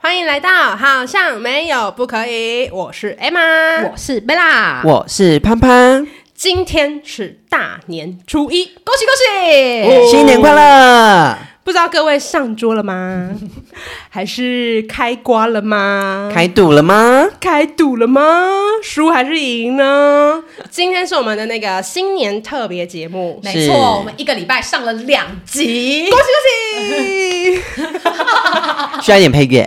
欢迎来到好像没有不可以，我是 Emma，我是贝拉，我是潘潘，今天是大年初一，恭喜恭喜！新年快乐！不知道各位上桌了 吗？还是开瓜了吗？开赌了吗？开赌了吗？输还是赢呢？今天是我们的那个新年特别节目，没是错，我们一个礼拜上了两集，恭喜恭喜！需要一点配乐，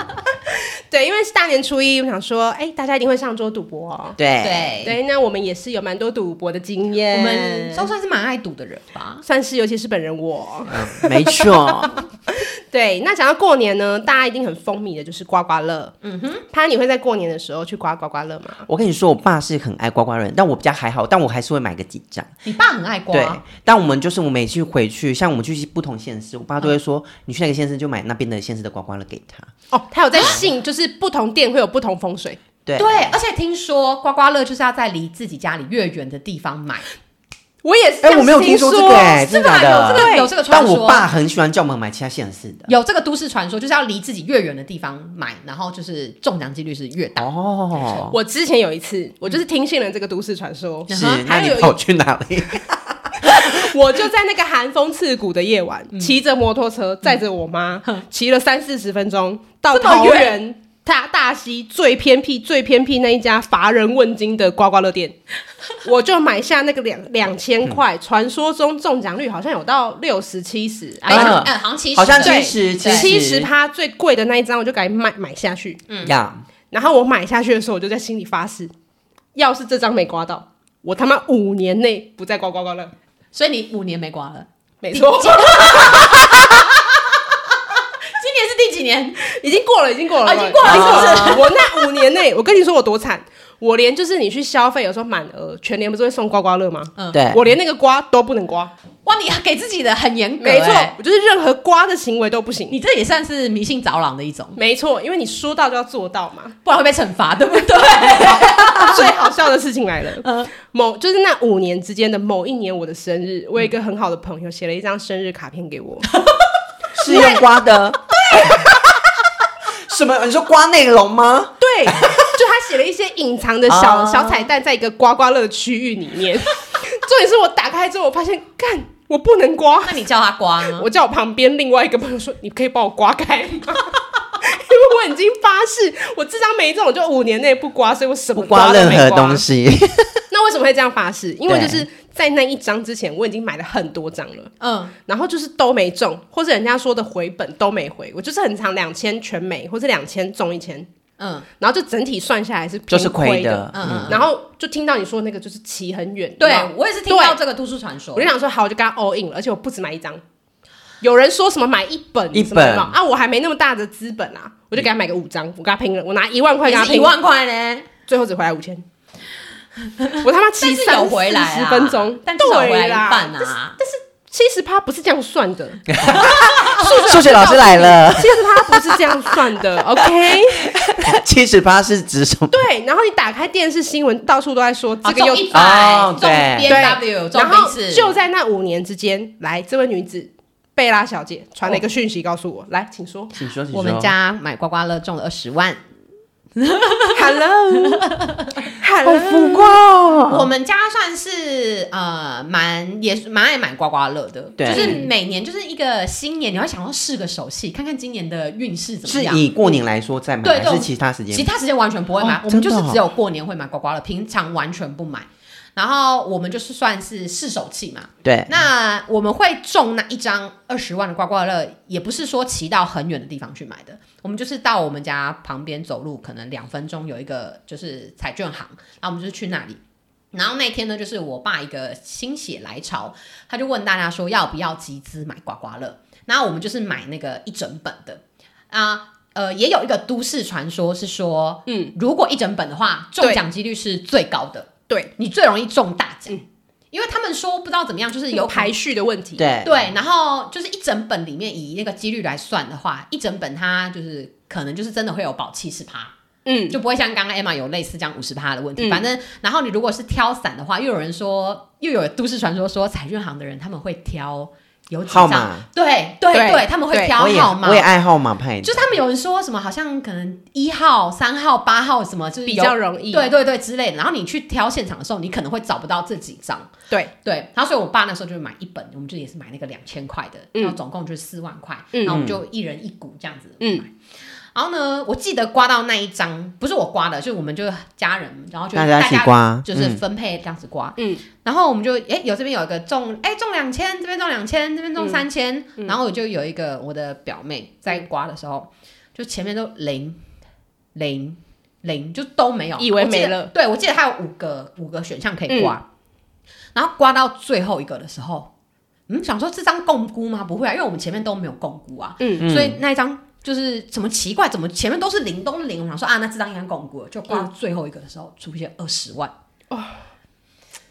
对，因为是大年初一，我想说，哎，大家一定会上桌赌博、哦。对，对，对，那我们也是有蛮多赌博的经验，嗯我们都算是蛮爱赌的人吧。算是，尤其是本人我。没错，对，那讲到过年呢，大家一定很风靡的就是刮刮乐。嗯哼，潘，你会在过年的时候去刮刮刮乐吗？我跟你说，我爸是很爱刮刮人，但我比较还好，但我还是会买个几张。你爸很爱对刮，，但我们就是我每次回去，像我们去不同县市，我爸都会说，你去那个县市就买那边的县市的刮刮乐给他。哦，他有在信，就是不同店会有不同风水。对，对，而且听说刮刮乐就是要在离自己家里越远的地方买，嗯我也是，哎，我没有听说说这个，哎，是真的吧？假有这的？个有这个传但我说，爸很喜欢叫我们买其他县市的。有这个都市传说，就是要离自己越远的地方买，然后就是中奖几率是越大。哦，我之前有一次，我就是听信了这个都市传说，是嗯哼，那还你有一跑去哪里？我就在那个寒风刺骨的夜晚，嗯骑着摩托车载着我妈，骑了三四十分钟到这么桃远园大大溪最偏僻、最偏僻那一家乏人问津的刮刮乐 店，我就买下那个两两千块，嗯传说中中奖率好像有到六十七十，哎，哎嗯嗯，好像七十，好像对70对70七十趴最贵的那一张，我就给买买下去。呀，然后我买下去的时候，我就在心里发誓，要是这张没刮到，我他妈五年内不再刮刮刮乐。所以你五年没刮了，没 错，今年是第几年？ 已经过了，已经过了，啊哦已经过了已经是 不我那五年内，我跟你说我多惨，我连就是你去消费，有时候满额全年不是会送刮刮乐吗？嗯对，我连那个刮都不能刮，哇，你给自己的很严格、没错哎，我就是任何刮的行为都不行。你这也算是迷信早朗的一种，没错，因为你说到就要做到嘛。 不然会被惩罚，对不对？最好笑的事情来了，嗯某就是那五年之间的某一年我的生日，我有一个很好的朋友写了一张生日卡片给 我，是用刮的。 什么？你说刮内容吗？对，就他写了一些隐藏的小、哦小彩蛋，在一个刮刮乐的区域里面。 重点是我打开之后，我发现，干，我不能刮。那你叫他刮吗？我叫我旁边另外一个朋友说：“你可以帮我刮开吗？” 因为我已经发誓，我这张没中，我就五年内不刮，所以我什么不刮都任没何东。西。那为什么会这样发誓？因为对就是在那一张之前，我已经买了很多张了，嗯，然后就是都没中，或者人家说的回本都没回，我就是很常两千全没，或者两千中一千，嗯，然后就整体算下来是就是偏亏亏的的，嗯 然后就听到你说那个就是骑很远，对有没有我也是听到对这个都市传说我就，想说好，我就跟他 all in 了，而且我不止买一张。有人说什么买一本一什么的本啊，我还没那么大的资本啊，我就给他买个五张，我跟他拼了，我拿一万块跟也他是一拼，万块呢，最后只回来五千。我他妈骑但是三有回来十啊分钟，但至少回来对一啦半啊。七十趴不是这样算的，数学老师来了，七十趴不是这样算的 ，OK？七十八是指什么？对，然后你打开电视新闻，到处都在说这啊个又中一百哦，中对 B N W，中然一后次，就在那五年之间，来，这位女子贝拉小姐传了一个讯息告诉我，来，请说请说，请说。我们家买刮刮乐中了二十万， ，Hello，Hello，浮夸哦，我们家算是呃蛮也是蛮爱买刮刮乐的，对就是每年就是一个新年，你要想要试个手气，看看今年的运势怎么是样。以过年来说在买，对还对是其他时其间？他时间完全不会买，哦我真们就的是哦只有过年会买刮刮乐，平常完全不买。然后我们就是算是试手气嘛，对，那我们会中那一张二十万的刮刮乐，也不是说骑到很远的地方去买的，我们就是到我们家旁边走路，可能两分钟有一个就是彩券行，然后我们就是去那里。然后那天呢，就是我爸一个心血来潮，他就问大家说要不要集资买刮刮乐，然后我们就是买那个一整本的啊。呃，也有一个都市传说是说，嗯，如果一整本的话，中对奖几率是最高的，对，你最容易中大奖，因为他们说不知道怎么样，就是有有嗯排序的问题，，对，对，然后就是一整本里面以那个几率来算的话，一整本它就是可能就是真的会有保七十趴，嗯，就不会像刚刚 Emma 有类似这样五十趴的问题。反正，然后你如果是挑散的话，又有人说，又有都市传说说彩券行的人他们会挑有几号张，码，对对对对，他们会对挑我也号码我，也爱号码派的，就他们有人说什么，好像可能一号、三号、八号什么，就是比嗯有较容易。对对对之类的。然后你去挑现场的时候，你可能会找不到这几张。对对，然后所以我爸那时候就买一本，我们就也是买那个两千块的，嗯然后总共就是四万块，嗯然后我们就一人一股这样子买。嗯然后呢，我记得刮到那一张，不是我刮的，就是我们就家人，然后就大家一起刮，就是嗯分配这样子刮，嗯，然后我们就哎有这边有一个中哎中两千，这边中两千，这边中三嗯千、然后我就有一个我的表妹在刮的时候，就前面都零零零，就都没有，以为我记没得了。对，我记得它有五个五个选项可以刮、嗯然后刮到最后一个的时候，嗯，想说这张共估吗？不会啊，因为我们前面都没有共估啊，嗯所以那一张就是怎么奇怪，怎么前面都是零，都是零。我想说啊，那这张应该巩固了。就刮到最后一个的时候，出现二十万，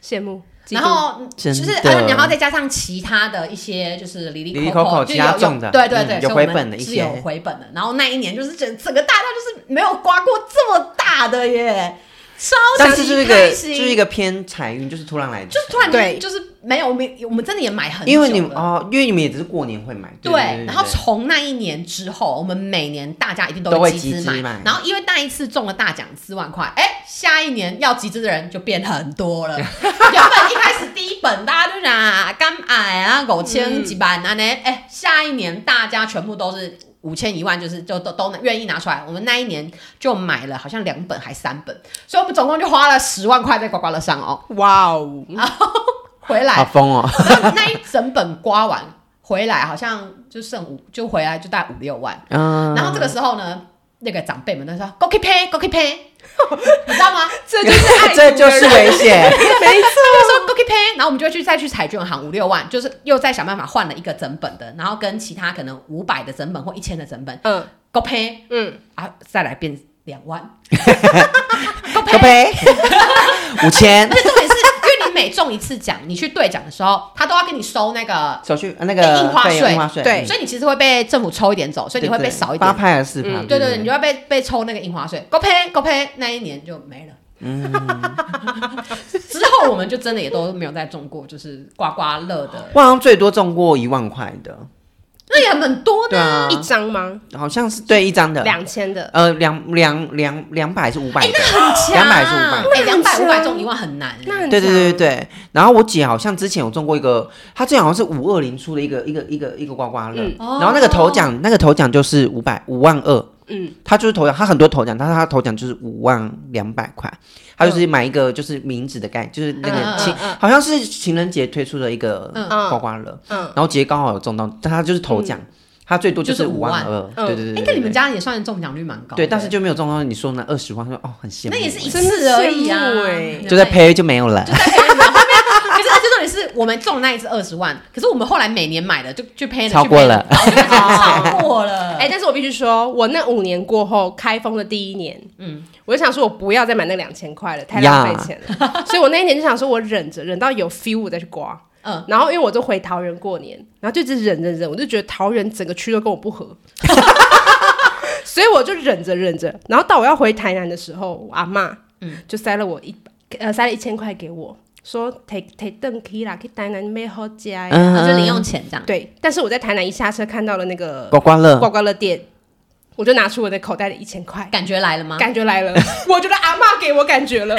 羡慕。嫉妒然后就真是的呃然后再加上其他的一些就是里里里里扣扣就其他有中的有对对对，嗯有所以我们回本的一是些有回本的。然后那一年就是整整个大家就是没有刮过这么大的耶，超但级是就是一开个心，就是一个偏财运，就是突然来的，就是突然对间就是没有，我们我们真的也买很久了，因为你们哦，因为你们也只是过年会买，对对对对，然后从那一年之后，我们每年大家一定都会会集集资资买然后因为那一次中了大奖四万块，哎，下一年要集资的人就变很 多了。原本一开始第一本大家就想啊，干矮啊，狗千几万嗯啊呢，哎，下一年大家全部都是。五千一万就是就都都愿意拿出来，我们那一年就买了好像两本还三本，所以我们总共就花了十万块在刮刮乐上哦。哇哦，回好来疯 哦，然后那一整本刮完回来，好像就剩五，就回来就大概五六万。嗯，然后这个时候呢，那个长辈们都说 “go k pay go k pay”，你 知道吗？这就是啊爱这赌就的是人危险，没错， 他就说 “go k pay”，然后我们就会去再去彩券行五六万，就是又再想办法换了一个整本的，然后跟其他可能五百的整本或一千的整本嗯 go pay 嗯，啊，再来变两 万 go 可 pay。呸， 五千而且重点是，因为你每中一次奖，你去兑奖的时候，他都要跟你收那个手续呃那哎个印花费用税印花税，对嗯所以你其实会被政府抽一点走，所以你会被少一八点。派还是四派，嗯对对对，你就会被被抽那个印花税，够呸够呸，那一年就没了。嗯 之后我们就真的也都没有再中过，就是刮刮乐的，我好像最多中过一万块的，那也很多对的。啊，一张吗？好像是对一张的，两千的，呃两两两两百还是五百的，哎强两百还是五百，哎，两那很百强啊五百中一万很难。欸那很对对对对强，对，然后我姐好像之前有中过一个，她之前好像是五二零出的一个一个一个一个刮刮乐，哦然后那个头奖那个头奖就是五百五万二，嗯，她就是头奖，她很多头奖，但是她头奖就是五万两百块，她就是买一个就是名字的概就是那嗯嗯个情、嗯嗯好像是情人节推出的一个嗯嗯刮刮乐，嗯然后姐刚好有中到，但她就是头奖，她最多就是五万5二，嗯对对对哎对，那你们对家也算中奖率蛮高的。对，但是就没有中到你说那二十万，说哦很羡慕，那也是一真的次而已啊羡慕，哎就在赔就没有了就。在赔然后后面，可是最重点是我们中的那一次二十万，可是我们后来每年买的就就赔了，超过了就 pay 了超过了。哎、但是我必须说，我那五年过后开封的第一年，嗯，我就想说，我不要再买那两千块了，太浪费钱了。所以我那一年就想说，我忍着，忍到有 feel 我再去刮。嗯嗯，然后因为我就回桃园过年，然后就一直忍忍忍，我就觉得桃园整个区都跟我不合， 所以我就忍着忍着，然后到我要回台南的时候，我阿妈嗯就塞了我一呃塞了一千块给我，说提提邓 k 啦，去台南买好食的。嗯啊，就零用钱这样。对，但是我在台南一下车看到了那个刮刮乐，刮刮乐店，我就拿出我的口袋的一千块，感觉来了吗？感觉来了，我觉得阿嬷给我感觉了，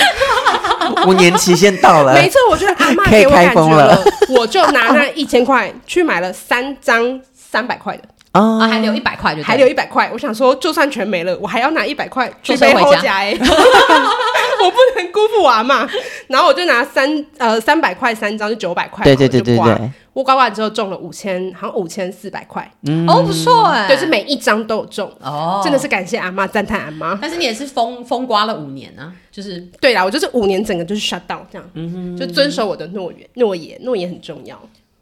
五年期限到了，没错，我觉得阿嬷可以给我感开封觉了了，我就拿那一千块去买了三张。三百块的，啊啊，还留一百块就对还留一百块。我想说，就算全没了，我还要拿一百块去坐背车回后家家、欸， 我不能辜负我阿嬷。然后我就拿三呃三百块三张，就九百块嘛。对对对我就对刮对，我刮完之后中了五千，好像五千四百块，哦，不错哎，嗯对，是每一张都有中，哦，真的是。感谢阿嬷，赞叹阿妈。但是你也是风风刮了五年啊，就是对啦，我就是五年整个就是 shut down 这样，嗯就遵守我的诺言，诺言，诺言很重要。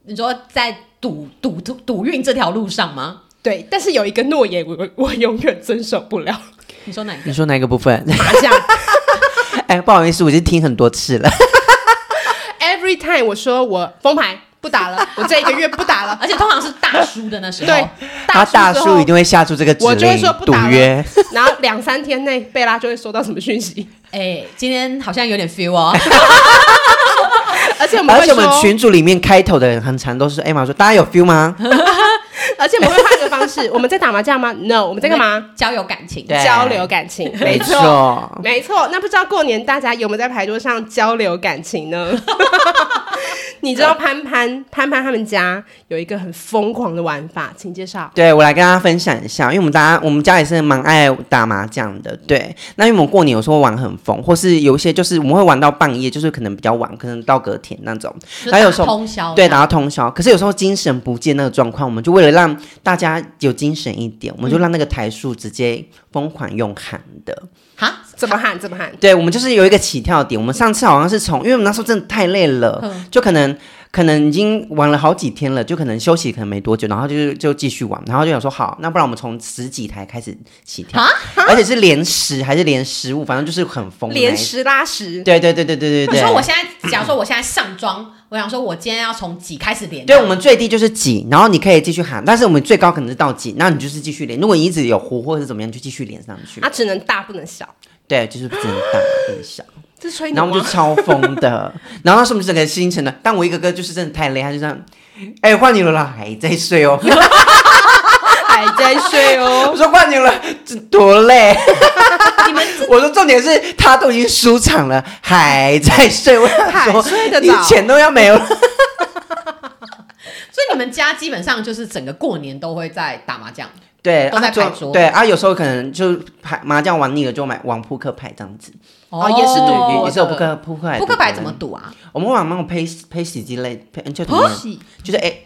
你说在赌赌赌赌运这条路上吗？对，但是有一个诺言我，我我永远遵守不 了。你说哪一你个？说哪个部分？ 麻将哎，不好意思，我已经听很多次了。 ，every time 我说我封牌不打 了，我这一个月不打了。而且通常是大叔的那时候，对，哦他大之叔后一定会下出这个指我就会令说不，赌打了约。然后两三天内贝 拉就会收到什么讯息，哎，今天好像有点 feel 哦，而而且我们而会且我们说，群组里面开头的人很常都是 Emma 说，大家有 feel 吗？而且我们会换一个方式，我们在打麻将吗？No，我们在干嘛？交友感 情，对交流感情， 没错，没错，那不知道过年大家有没有在牌桌上交流感情呢？你知道潘潘潘潘他们家有一个很疯狂的玩法，请介绍。对我来跟大家分享一下，因为我们大家我们家也是蛮爱打麻将的，对。那因为我们过年有时候玩很疯，或是有一些就是我们会玩到半夜，就是可能比较晚，可能到隔天那种。就还有打什么通宵哦对，啊这样打到通宵。可是有时候精神不见那个状况，我们就为了让大家有精神一点，我们就让那个台数直接疯狂用喊的。哈，怎么喊？怎么喊？对，我们就是有一个起跳点。我们上次好像是从，因为我们那时候真的太累了，嗯就可能可能已经玩了好几天了，就可能休息可能没多久，然后就是就继续玩，然后就想说好，那不然我们从十几台开始起跳啊，而且是连十还是连十五，反正就是很疯的那一种。连十拉十，对对对对对对你对。说我现在，假如说我现在上妆，我想说我今天要从几开始连？对，我们最低就是几，然后你可以继续喊，但是我们最高可能是到几，那你就是继续连。如果你一直有糊或者是怎么样，就继续连上去。啊它只能大不能小，对，就是真大真小，这是吹然牛后我们吗就？超疯的。然后那时候我们整个心情呢，但我一个哥就是真的太累，他就这样，哎、换你了啦，还在睡哦。 还在睡哦我。说换你了，这多累。你们 我说重点是他都已经舒场了，还在睡。我想还说睡得着你钱都要没有了。所以你们家基本上就是整个过年都会在打麻将，对，都在啊就牌桌对啊，有时候可能就牌麻将玩腻了，就买玩扑克牌这样子。哦也是赌对，也是有扑的克扑克牌。扑克牌怎么？赌啊？我们会玩那种胚胚洗机类，胚就怎啊么哦样就是哎，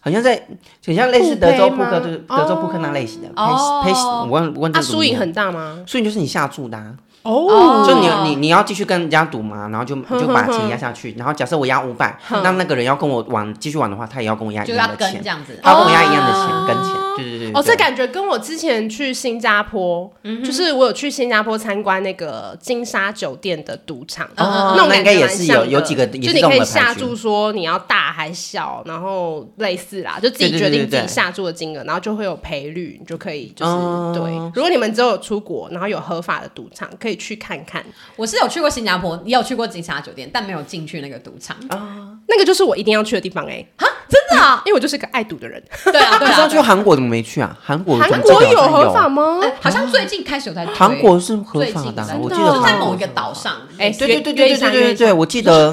好像在，很像类似德州扑互胚吗克，就是德州扑克那类型的胚哦胚洗，我忘我忘记啊，怎么输赢念很大吗？输赢就是你下注的啊，哦就你你你要继续跟人家赌嘛，然后就哼就把哼钱压下嗯去，然后假设我压五百，那那个人要跟我玩继续玩的话，他也要跟我压一就样要的跟钱这，样子。他要跟我压一样的哦钱跟钱，对对对。对哦，这感觉跟我之前去新加坡，嗯就是我有去新加坡参观那个金沙酒店的赌场，哦那种那感应该觉也蛮是像有的有几个也就是你这种可以的下牌局注说你要大还小，然后类似啦，就自己对对决对定对自己对下注的金额，然后就会有赔率，你就可以就是哦对。如果你们只有出国，然后有合法的赌场，可以去看看，我是有去过新加坡，也有去过警察酒店，但没有进去那个赌场。啊那个就是我一定要去的地方哎，真的啊？ 因为我就是个爱赌的人。对啊，对你上啊。去韩国怎么没去啊？韩国韩怎么国哦这个好像合法吗？哎好像最近开始有在推韩国是合最法近的啊，真我记的得就韩在国某一个啊岛上，哎对对对约对一下对对约对一下对，我记得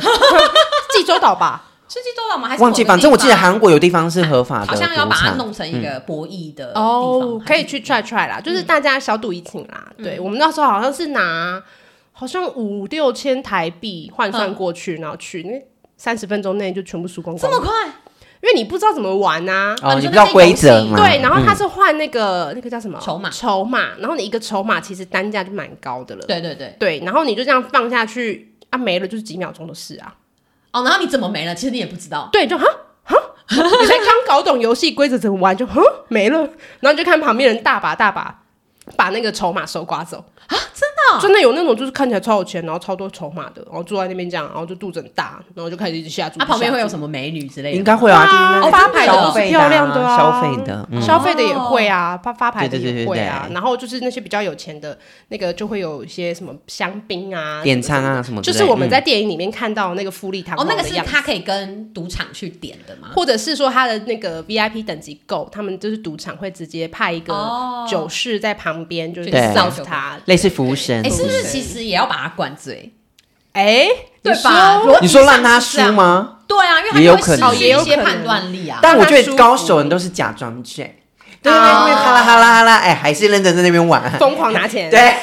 济州岛吧，是济州岛吗？还是忘记，某个反地正我记得方韩国有地方是合法的赌好场，嗯像要把它弄成一个博弈的地方哦，可以。去还 try 是 try 啦，嗯就是大家小赌怡情啦。对我们那时候好像是拿好像五六千台币换算过去，然后去那三十分钟内就全部输光这光，么快？因为你不知道怎么玩啊。哦，你你不说知道那个规游戏则吗？对，然后嗯他是换那个、那个叫什么筹码筹码，然后你一个筹码其实单价就蛮高的了。对对对。对，然后你就这样放下去啊，没了就是几秒钟的事啊。哦，然后你怎么没了？其实你也不知道。对，就哈哈，你才刚搞懂游戏规则怎么玩，就哈没了，然后你就看旁边人大把大把把那个筹码手刮走啊，哦真的、真的有那种就是看起来超有钱，然后超多筹码的，然后坐在那边这样，然后就肚子很大，然后就开始一直下注。啊，旁边会有么？什么美女之类应的？该会啊，就是那啊，个发牌消的都费是漂亮的啊，消费的，嗯，消费的也会哦啊，发发牌的对对也对会对啊对，对然后就是那些比较有钱的那个，就会有一些什么香槟啊、点餐啊什么之就类的，是我们嗯在电影里面看到那个富丽堂哦皇，的那个样子。是他可以跟赌场去点的吗？或者是说他的那个 VIP 等级够，他们就是赌场会直接派一个哦，酒室在旁边，就是对 serve 他。类似服务生，嗯哎，是不是对其实也要把它灌醉？哎，对你说吧？逻辑你说让上他是这输样？吗？对啊，因为他也有就会可能失去哦一也有些可能判断力啊。但我觉让他舒服得哦高手人都是假装醉，对对对，因为哈啦哈啦哈啦，哎，还是认真在那边玩。疯狂拿钱？ 对，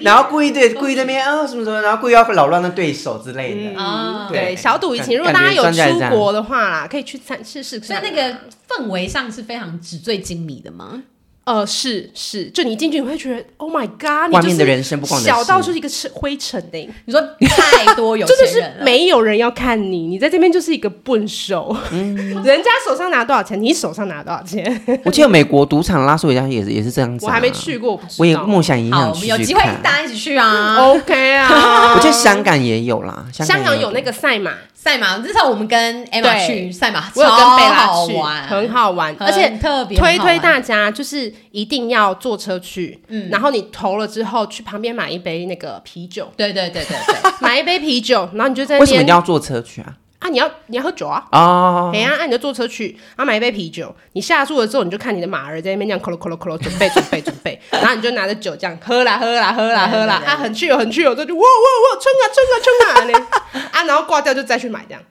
然后故意对故意那边啊什么什么，然后故意要扰乱那对手之类的。啊嗯，对对，小赌怡情。如果大家感觉有专家也出这样国的话啦，可以去参试试所以看。那个氛围上是非常纸醉金迷的吗？呃，是是，就你进去你会觉得，Oh my God，你外就面是的人生不关我的小到事就是一个是灰尘呢，你说太多有真的钱是人 啊了，没有人要看你，你在这边就是一个笨手，嗯人家手上拿多少钱，你手上拿多少钱， 我记得美国赌场拉斯维加斯也是也是这样嗯子、我啊，还没，去过，不知我也道梦想也好，想我们去有去机会看。大家一起去啊！ OK 啊， 我记得香港也有啦，香香港也有那个赛马，赛马，至少我们跟 Emma 对去赛马，我有跟贝拉超好去，玩，很好玩，而且很特别推很好玩嗯推大家就是一定要坐车去，然后你投了之后去旁边买一杯那个啤酒， 对对对对对， 买一杯啤酒，然后你就在那为什么一边定要坐车去啊？啊，你要你要喝酒啊，哦，哎呀、啊，你就坐车去，然后买一杯啤酒。你下注了之后，你就看你的马儿在那边这样咯咯咯咯，准备准备 准备，然后你就拿着酒这样喝啦喝啦喝啦喝啦，啊，很去有很去有，这就哇哇哇冲啊冲啊冲啊呢，啊，然后挂掉就再去买这样，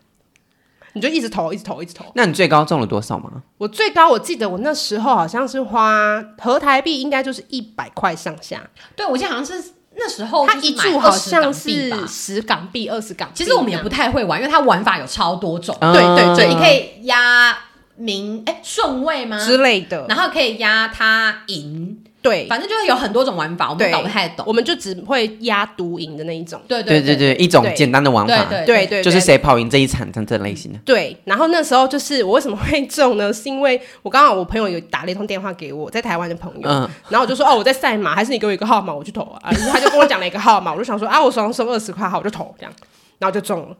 你就一直投一直投一直投。那你最高中了多少吗？我最高我记得我那时候好像是花合台币应该就是一百块上下，对，我记得好像是那时候它哦就是一买注好20像港币吧是十港币二十港币那样，其实我们也不太会玩，因为它玩法有超多种，嗯对对对，你对可以压明哎顺位吗？之类的，然后可以压它赢，对，反正就是有很多种玩法，我们对搞不太懂。我们就只会压独赢的那一种。对对对对对，一种对简单的玩法，对对对，就是对谁跑赢这一场，像这类型的。对，然后那时候就是我为什么会中呢？是因为我刚好我朋友有打了一通电话给我，在台湾的朋友，嗯，然后我就说哦我在赛马，还是你给我一个号码我去投啊？然后他就跟我讲了一个号码，我就想说啊我手上收二十块，好我就投这样，然后就中了。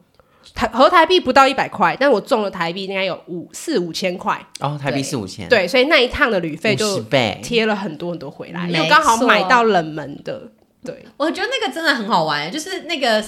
台合台币不到一百块，但我中了台币应该有五四五千块，哦，台币对四五千，，对，所以那一趟的旅费十就倍。贴了很多很多回来，没因为我刚好错买到冷门的，对，我觉得那个真的很好玩，就是那个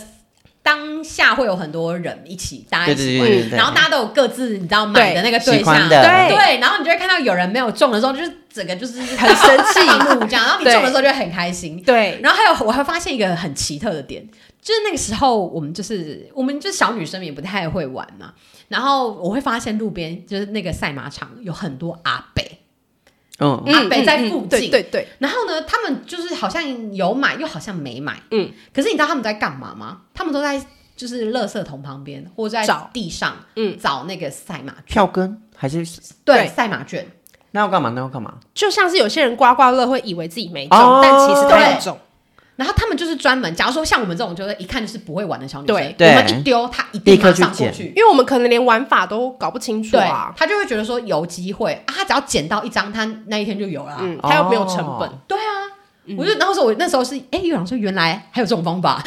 当下会有很多人一起，大家对一起对玩，对对对，然后大家都有各自你知道买的那个对喜欢象，的，对对，然后你就会看到有人没有中的时候，就是整个就是很生气大怒这样，然后你对中的时候就会很开心。对，然后还有，我还发现一个很奇特的点，就是那个时候我们就是我们就是小女生也不太会玩嘛，然后我会发现路边就是那个赛马场有很多阿北，嗯，阿北在附近对对对，然后呢，他们就是好像有买又好像没买，嗯，可是你知道他们在干嘛吗？他们都在就是垃圾桶旁边或者在找地上，嗯，找那个赛马券，票根还是对赛马券，那要干嘛？那要干嘛？就像是有些人刮刮乐会以为自己没中，哦但其实他有中。然后他们就是专门，假如说像我们这种，就是一看就是不会玩的小女生，对对我们一丢，她一立定刻马去上过捡去。因为我们可能连玩法都搞不清楚对啊，，她就会觉得说有机会啊，她只要捡到一张，她那一天就有了啊、嗯，他又没有成本，哦对啊，我就那时候我那时候是哎，有人说原来还有这种方法，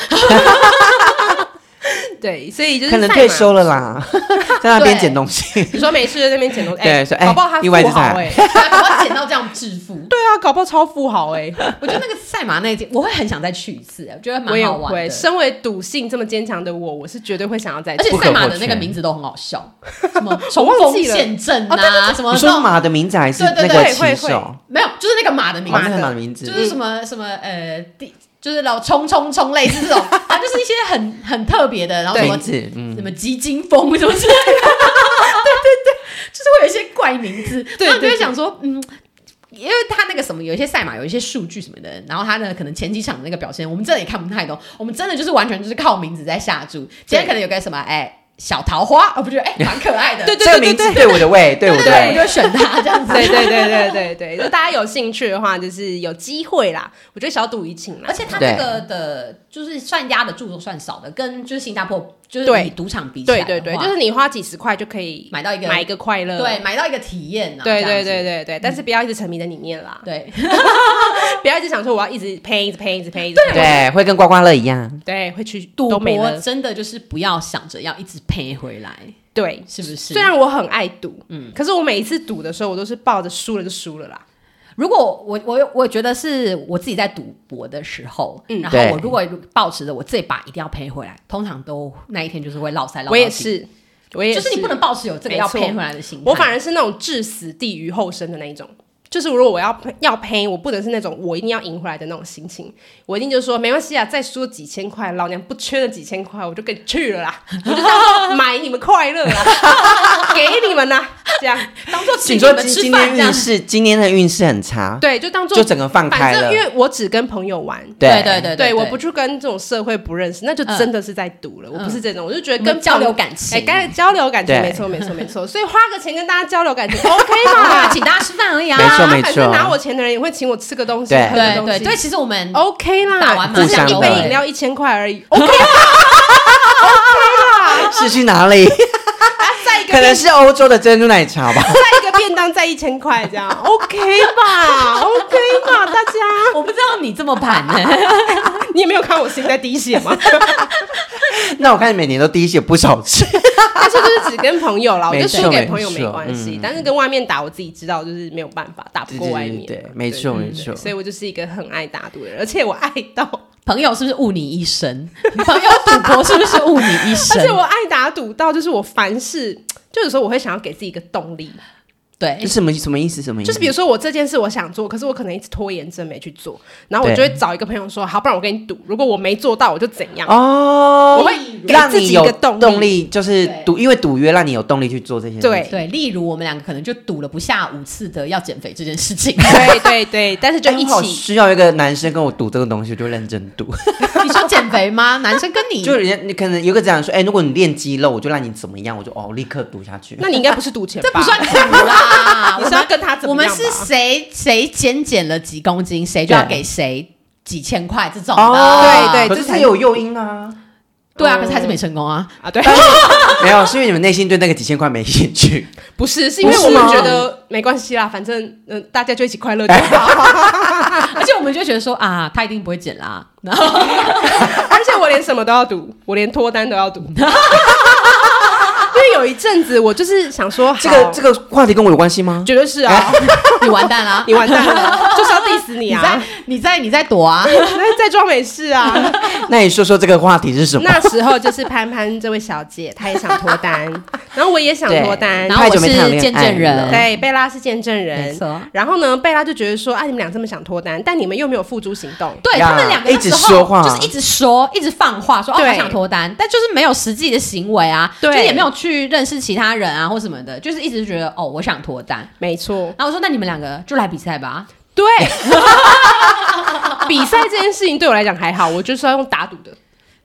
对，所以就是可能赛马退休了。啦， 在那边捡东西。你说没事在那边捡东西，哎对说哎搞不好他意富外之豪哎、财我捡到这样致富。对啊，搞不好超富豪哎、我觉得那个赛马那一天，我会很想再去一次，我觉得我蛮也好玩会。的。身为赌性这么坚强的我，我是绝对会想要再而去。且赛马不可的那或个缺名字都很好 笑，什么冲忘锋记了陷阵哦对啊，什么你那说种马的名字还是那对对个对骑手？没有，就是那个马的名哦字那。马的个马的名字就，是什么什么呃，第就是老冲冲冲类似这种， 啊，就是一些很很特别的，然后什么名字，嗯，什么急惊风什么之类的， 对对对，就是会有一些怪名字，对然后你就对会想说，嗯。因为他那个什么，有一些赛马，有一些数据什么的，然后他呢，可能前几场的那个表现，我们真的也看不太懂，我们真的就是完全就是靠名字在下注。今天可能有个什么，哎、小桃花，我不觉得哎 蛮可爱的，对这个名字对我的胃，对我对的对，我们胃。就会选他这样子。 对对对对对对，就大家有兴趣的话，就是有机会啦。我觉得小赌怡情啦而，且他对那个的，就是算压的注都算少的，跟就是新加坡就是对以赌场比起来对的对对，话就是你花几十块就可以买到一个买一个快乐，对买到一个体验啊，对嗯这样对子对对对，但是不要一直沉迷在里面啦，对，不要一直想说我要一直 pay 一直 pay 一直 pay，对对，会跟刮刮乐一样，对，会去赌都没博了，真的就是不要想着要一直赔回来，对。是不是虽？然我很爱赌，嗯，可是我每一次赌的时候，我都是抱着输了就输了啦。如果我我我觉得是我自己在赌博的时候，然后对我如果保持着我这把一定要赔回来，通常都那一天就是会落塞落。我也，是，我也就是你不能保持有这个没要错赔回来的心态。我反而是那种置死地于后生的那一种。就是如果我要要赔，我不能是那种我一定要赢回来的那种心情，我一定就说没关系啊，再输几千块，老娘不缺那几千块，我就跟你去了 啦，我就当做买你们快乐啦， 给你们啦，这样当做请你你说们今吃今饭天这样运。势，今天的运势很差，对，就当做就整个放反开正了因。为我只跟朋友玩，对对对嗯对，我不去跟这种社会不认识，那就真的是在赌了。我不是这种，我就觉得跟跟交朋友。流感情，哎，该交流感情，对没错，没错，没错。所以花个钱跟大家交流感情 ，OK 啊，嘛？请大家吃饭而已啊。没错啊没反错正拿我钱的人也会请我吃个东西，对喝个对东对西对，其实我们，OK 啦。打完麻就将是一互相杯的饮料一千块而已，OK 是去哪里？ 再一个可能便是欧洲的珍珠奶茶吧。 再一个便当再一千块这样，OK 吧？OK 吧，大家，我不知道你这么盘呢、你也没有看我心在滴血吗？ 那我看你每年都滴血不少吃，但是就是只跟朋友啦，我没就错输给没朋友没错关系嗯，但是跟外面打，我自己知道就是没有办法，打不对过对外对面。对，没错对没对错。所以我就是一个很爱打赌的人，而且我爱到，朋友是不是误你一生？朋友赌博是不是误你一而且生？我爱打赌到，就是我凡事，就有时候我会想要给自己一个动力，嗯对这，什么什么意思？什么意哎思？就是比如说我这件事我想做，可是我可能一直拖延症没去做，然后我对就会找一个朋友说，好，不然我跟你赌，如果我没做到，我就怎样。哦，我会给让自己你一有个动力动力，就是对赌，因为赌约让你有动力去做这些事情。对对，例如我们两个可能就赌了不下五次的要减肥这件事情。 对对对，但是就哎一我好起需要一个男生跟我赌这个东西，我就认真 赌。你说减肥吗？男生跟你就人家你可能有个这样说，哎、如果你练肌肉，我就让你怎么样，我就哦立刻赌下去。那你应该不是赌钱吧？这不算赌 啦，你是要跟他怎我么们样吧？是谁谁先减了几公斤，谁就要给谁几千块这种的。对对哦可这是才这有诱因啊，对啊，可是还是没成功啊。啊， 对，没有，是因为你们内心对那个几千块没兴趣。不是，是因为不我是们吗觉得没关系啦，反正嗯、呃大家就一起快乐就好。 而且我们就觉得说啊，他一定不会减啦。然后 而且我连什么都要赌，我连脱单都要赌。因为有一阵子我就是想说，这个好这个话题跟我有关系吗？绝对是 啊，你完蛋啦，你完蛋了，就是要 diss 你 你啊在，你在你在躲啊。那再装没事 啊。那你说说这个话题是什么？那时候就是潘潘这位小姐，她也想脱单，然后我也想对脱单然，后太我久没谈是恋见爱证人，了对，贝拉是见证人。错。然后呢，贝拉就觉得说，哎、啊，你们俩这么想脱单，但你们又没有付诸行动。对呀他们两个那一直时候说话就是一直说，一直放话说哦，对我想脱单，但就是没有实际的行为啊，对就是也没有去认识其他人啊或什么的，就是一直觉得哦，我想脱单。没错，然后我说那你们两个就来比赛吧，对。 比赛这件事情对我来讲还好，我就是要用打赌的。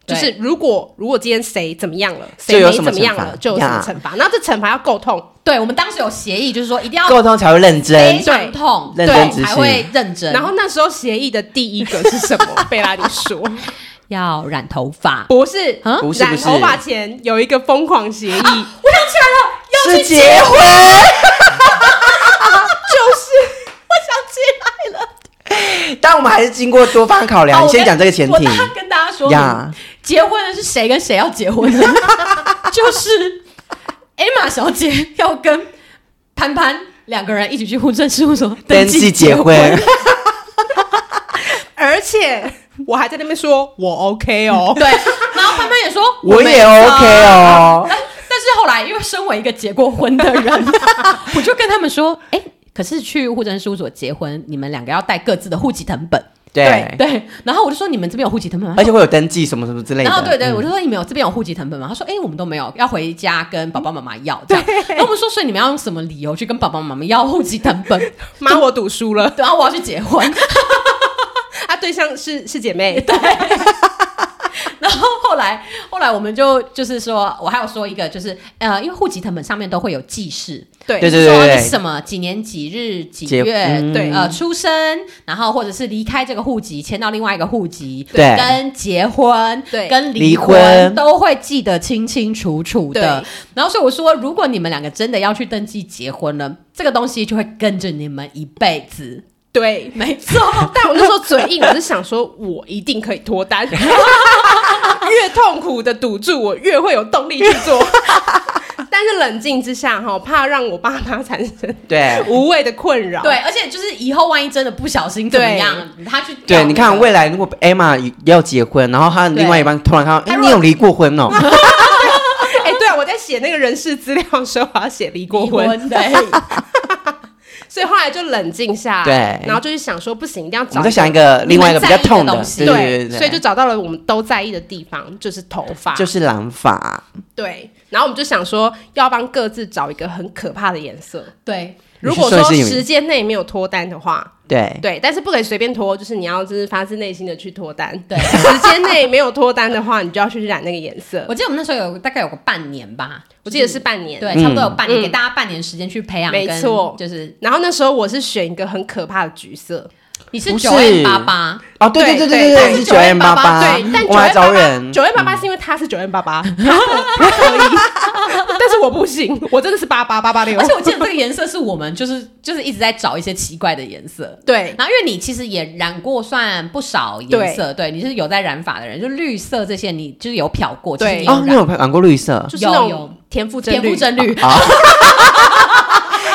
就对是如果如果今天谁怎么样了，就谁有没什怎么么样惩了，罚就有什么呀惩罚。然后这惩罚要够痛，对我们当时有协议，就是说一定要沟通才会认真非。常痛，对对认真执行才会认真，然后那时候协议的第一个是什 么？贝拉，你说要染头发。不是？啊不是染不是头发前有一个疯狂协议，就是我想起来了，要是去结结，婚，我想起来了。但我们还是经过多方考量。哦你我先跟讲这个前我提大概跟大家说明，呀，结婚的是谁跟谁要 结婚的？就是 Emma 小姐要跟潘潘两个人一起去户政事务所登记结婚。婚，而且我还在那边说我 OK 哦，对，然后潘潘也说我没也 OK 哦。但但是后来，因为身为一个结过婚的 人，我就跟他们说，哎、可是去户政事务所结婚，你们两个要带各自的户籍成本。对，对，然后我就说你们这边有户籍成本吗？而且会有登记什么什么之类的。然哦后对对，嗯我就说你们有这边有户籍成本吗？他说哎、我们都没有，要回家跟爸爸妈妈要这样。然后我们说，所以你们要用什么理由去跟爸爸妈妈要户籍成 本？妈我赌输了，然后我要去结婚。他对象是是姐妹，然后后来后来我们就就是说，我还有说一个就是呃，因为户籍成本上面都会有记事，对对对说啊你什么几年几日几结月嗯对呃出生，然后或者是离开这个户籍迁到另外一个户籍，对跟结婚，对跟离婚婚都会记得清清楚楚的对。然后所以我说，如果你们两个真的要去登记结婚了，这个东西就会跟着你们一辈子。对。没错， 但我那时候嘴硬，我是想说，我一定可以脱 单。 越痛苦的赌注，我越会有动力去 做。但是冷静之下，哈，怕让我爸妈产生对无谓的困扰。对，而且就是以后万一真的不小心怎么样，他去对，要你那看个未来如果 Emma 要结婚，然后她的另外一半突然看到，她哎，如你果有离过婚哦？哎、对啊，我在写那个人事资料的时候，我要写离过离婚，婚的。 所以后来就冷静下来，对然后就去想说，不行，一定要我找们再想一个另外一个比较痛你的们，对在意对对对，所以就找到了我们都在意的地方，就是头发，就是染发，对。然后我们就想说，要帮各自找一个很可怕的颜色。对，如果你是说说是时间内没有脱单的话，对对，但是不可以随便脱，就是你要就是发自内心的去脱单。对时间内没有脱单的话，你就要去染那个颜 色。我记得我们那时候有大概有个半年吧，我记得是半年，对，差不多有半年，嗯给大家半年时间去培养，没跟错就是然后那时候我是选一个很可怕的橘色，你是不是九 N 八八，哦，对对对对对对对，是九 N 八988八，对，哎但啊我九们还月找八人八，九月八八是因为他是九月八八，他可以， 但是我不行，我真的是八八八八六而。且我记得这个颜色是我们就是就是一直在找一些奇怪的颜色。对然后，因为你其实也染过算不少颜色，对，你是有在染发的人，就绿色这些你就是有漂过，其实对你有哦，染你有染过绿色就是那有有种田馥甄田馥绿，甄绿，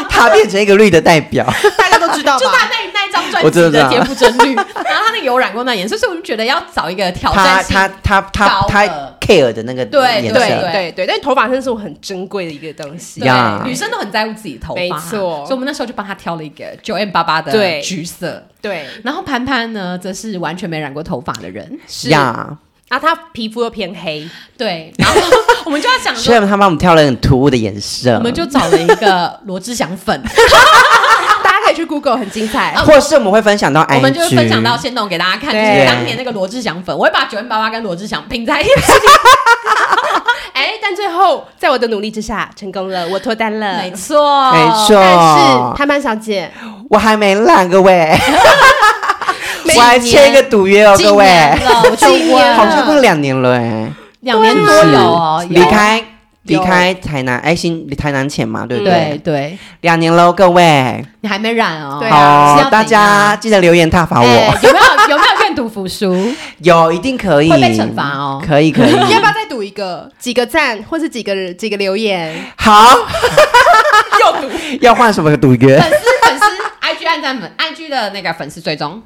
他变成一个绿的代表，大家都知道 就吧？他那那一张专哦我辑知道的知道田馥甄绿，然后他那个有染过那颜色，所以我就觉得要找一个挑他战性他他他高他的 care 的那个对颜对色，对对对，但头发真的是我很珍贵的一个东西。对呀女生都很在乎自己头发，没错所以我们那时候就帮她挑了一个九 M 八八的对橘色。对，然后潘潘呢，则是完全没染过头发的人，是呀，啊，他皮肤又偏黑，对。然后我们就要 想虽说，然他帮我们挑了很突兀的颜色，我们就找了一个罗志祥 粉，大家可以去 Google，很精彩。或是我们会分享到 IG，我们就会分享到哦先动给大家看，哎就对是当年那个罗志祥粉，我会把九 M 八八跟罗志祥拼在一起。哎，但最后在我的努力之下，成功了，我脱单了。没错，没错，但是潘潘小姐，我还没烂，各位，我还签一个赌约哦，今各位，年了，我今求婚年了好像快两年了哎，两年是多不是有哦，离有开离有开台南，哎，新台南前嘛，对不对对？对，两年喽，各位，你还没染哦，对啊好是要，大怎样家记得留言挞伐我哎，有没有有没有愿赌服输？ 有一定可以，会被惩罚哦可 以可以，要不要再赌一个？几个赞，或是几个几个留言？好，要换什么赌 约？粉丝粉丝，IG 按赞粉，IG 的那个粉丝追踪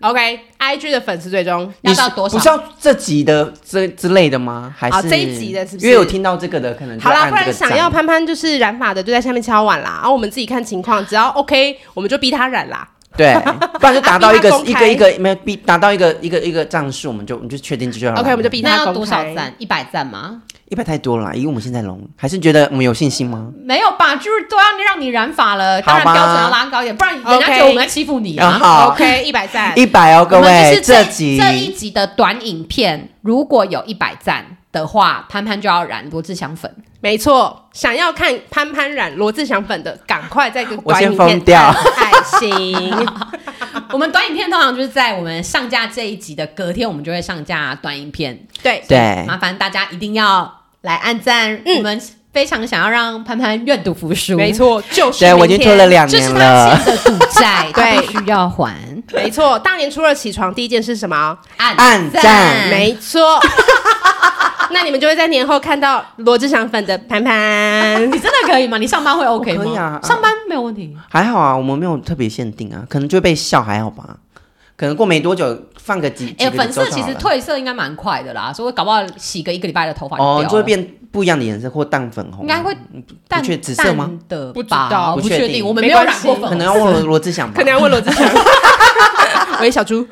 OK，IG 的粉丝最终要到多少不是？要这集的之之类的吗？还好是这一集的是不是因为有听到这个的，可能就好啦，按不这然个想赞要潘潘就是染发的，就在下面敲碗啦。然后我们自己看情况，只要 OK，我们就逼他染啦。 对，不然就达到一个啊逼一他个公一个没有逼达到一个一个一个账数，我们就我们就确定就好了。 OK，我们就逼那他要公多少开？赞？一百赞吗？一百太多了啦，因为我们现在龙，还是觉得我们有信心吗？没有吧，就是都要让你染发了，当好然吧标准要拉高一点，不然人家 OK 觉得我们在欺负你啊啊。好 OK，一百赞。一百哦，各我们位就，是这这集这一集的短影片，如果有一百赞的话，潘潘就要染罗志 祥粉。没错，想要看潘潘染罗志祥粉的，赶快在个我短先影疯片掉按爱 心。我们短影片通常就是在我们上架这一集的隔天，我们就会上架短影片。对，对，麻烦大家一定要来按赞，嗯我们非常想要让潘潘愿赌服输，没，错，就是对我已明经拖了天两这年是他了，欠的赌 债，对他必须要还。没错，大年初二起床第一件事是什么？按按赞没错。 那你们就会在年后看到罗志祥粉的潘潘你。真的可以吗？你上班会 OK 吗？可以啊上班没有问题。还好啊，我们没有特别限定啊，可能就被笑还好吧，可能过没多久放个几，几哎、个粉周色就其好实了褪色应该蛮快的啦，所以搞不好洗个一个礼拜的头发哦，就掉会了。变不一样的颜色或淡粉红，啊应该会淡确紫色吗淡的不知吧道不不确确定定，我们没没有关染过系粉可红能要问罗罗志祥吧，可能要问罗志 祥。喂，小猪。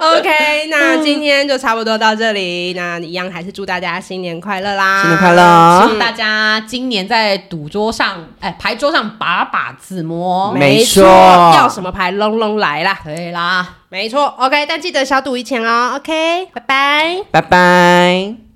OK，那今天就差不多到这里。那一样还是祝大家新年快乐啦！新年快乐哦希，望大家今年在赌桌上，哎、牌桌上把把自摸。没错，没错要什么牌隆隆来啦！可以啦。没错，OK，但记得小赌怡情哦。OK，拜拜。拜拜。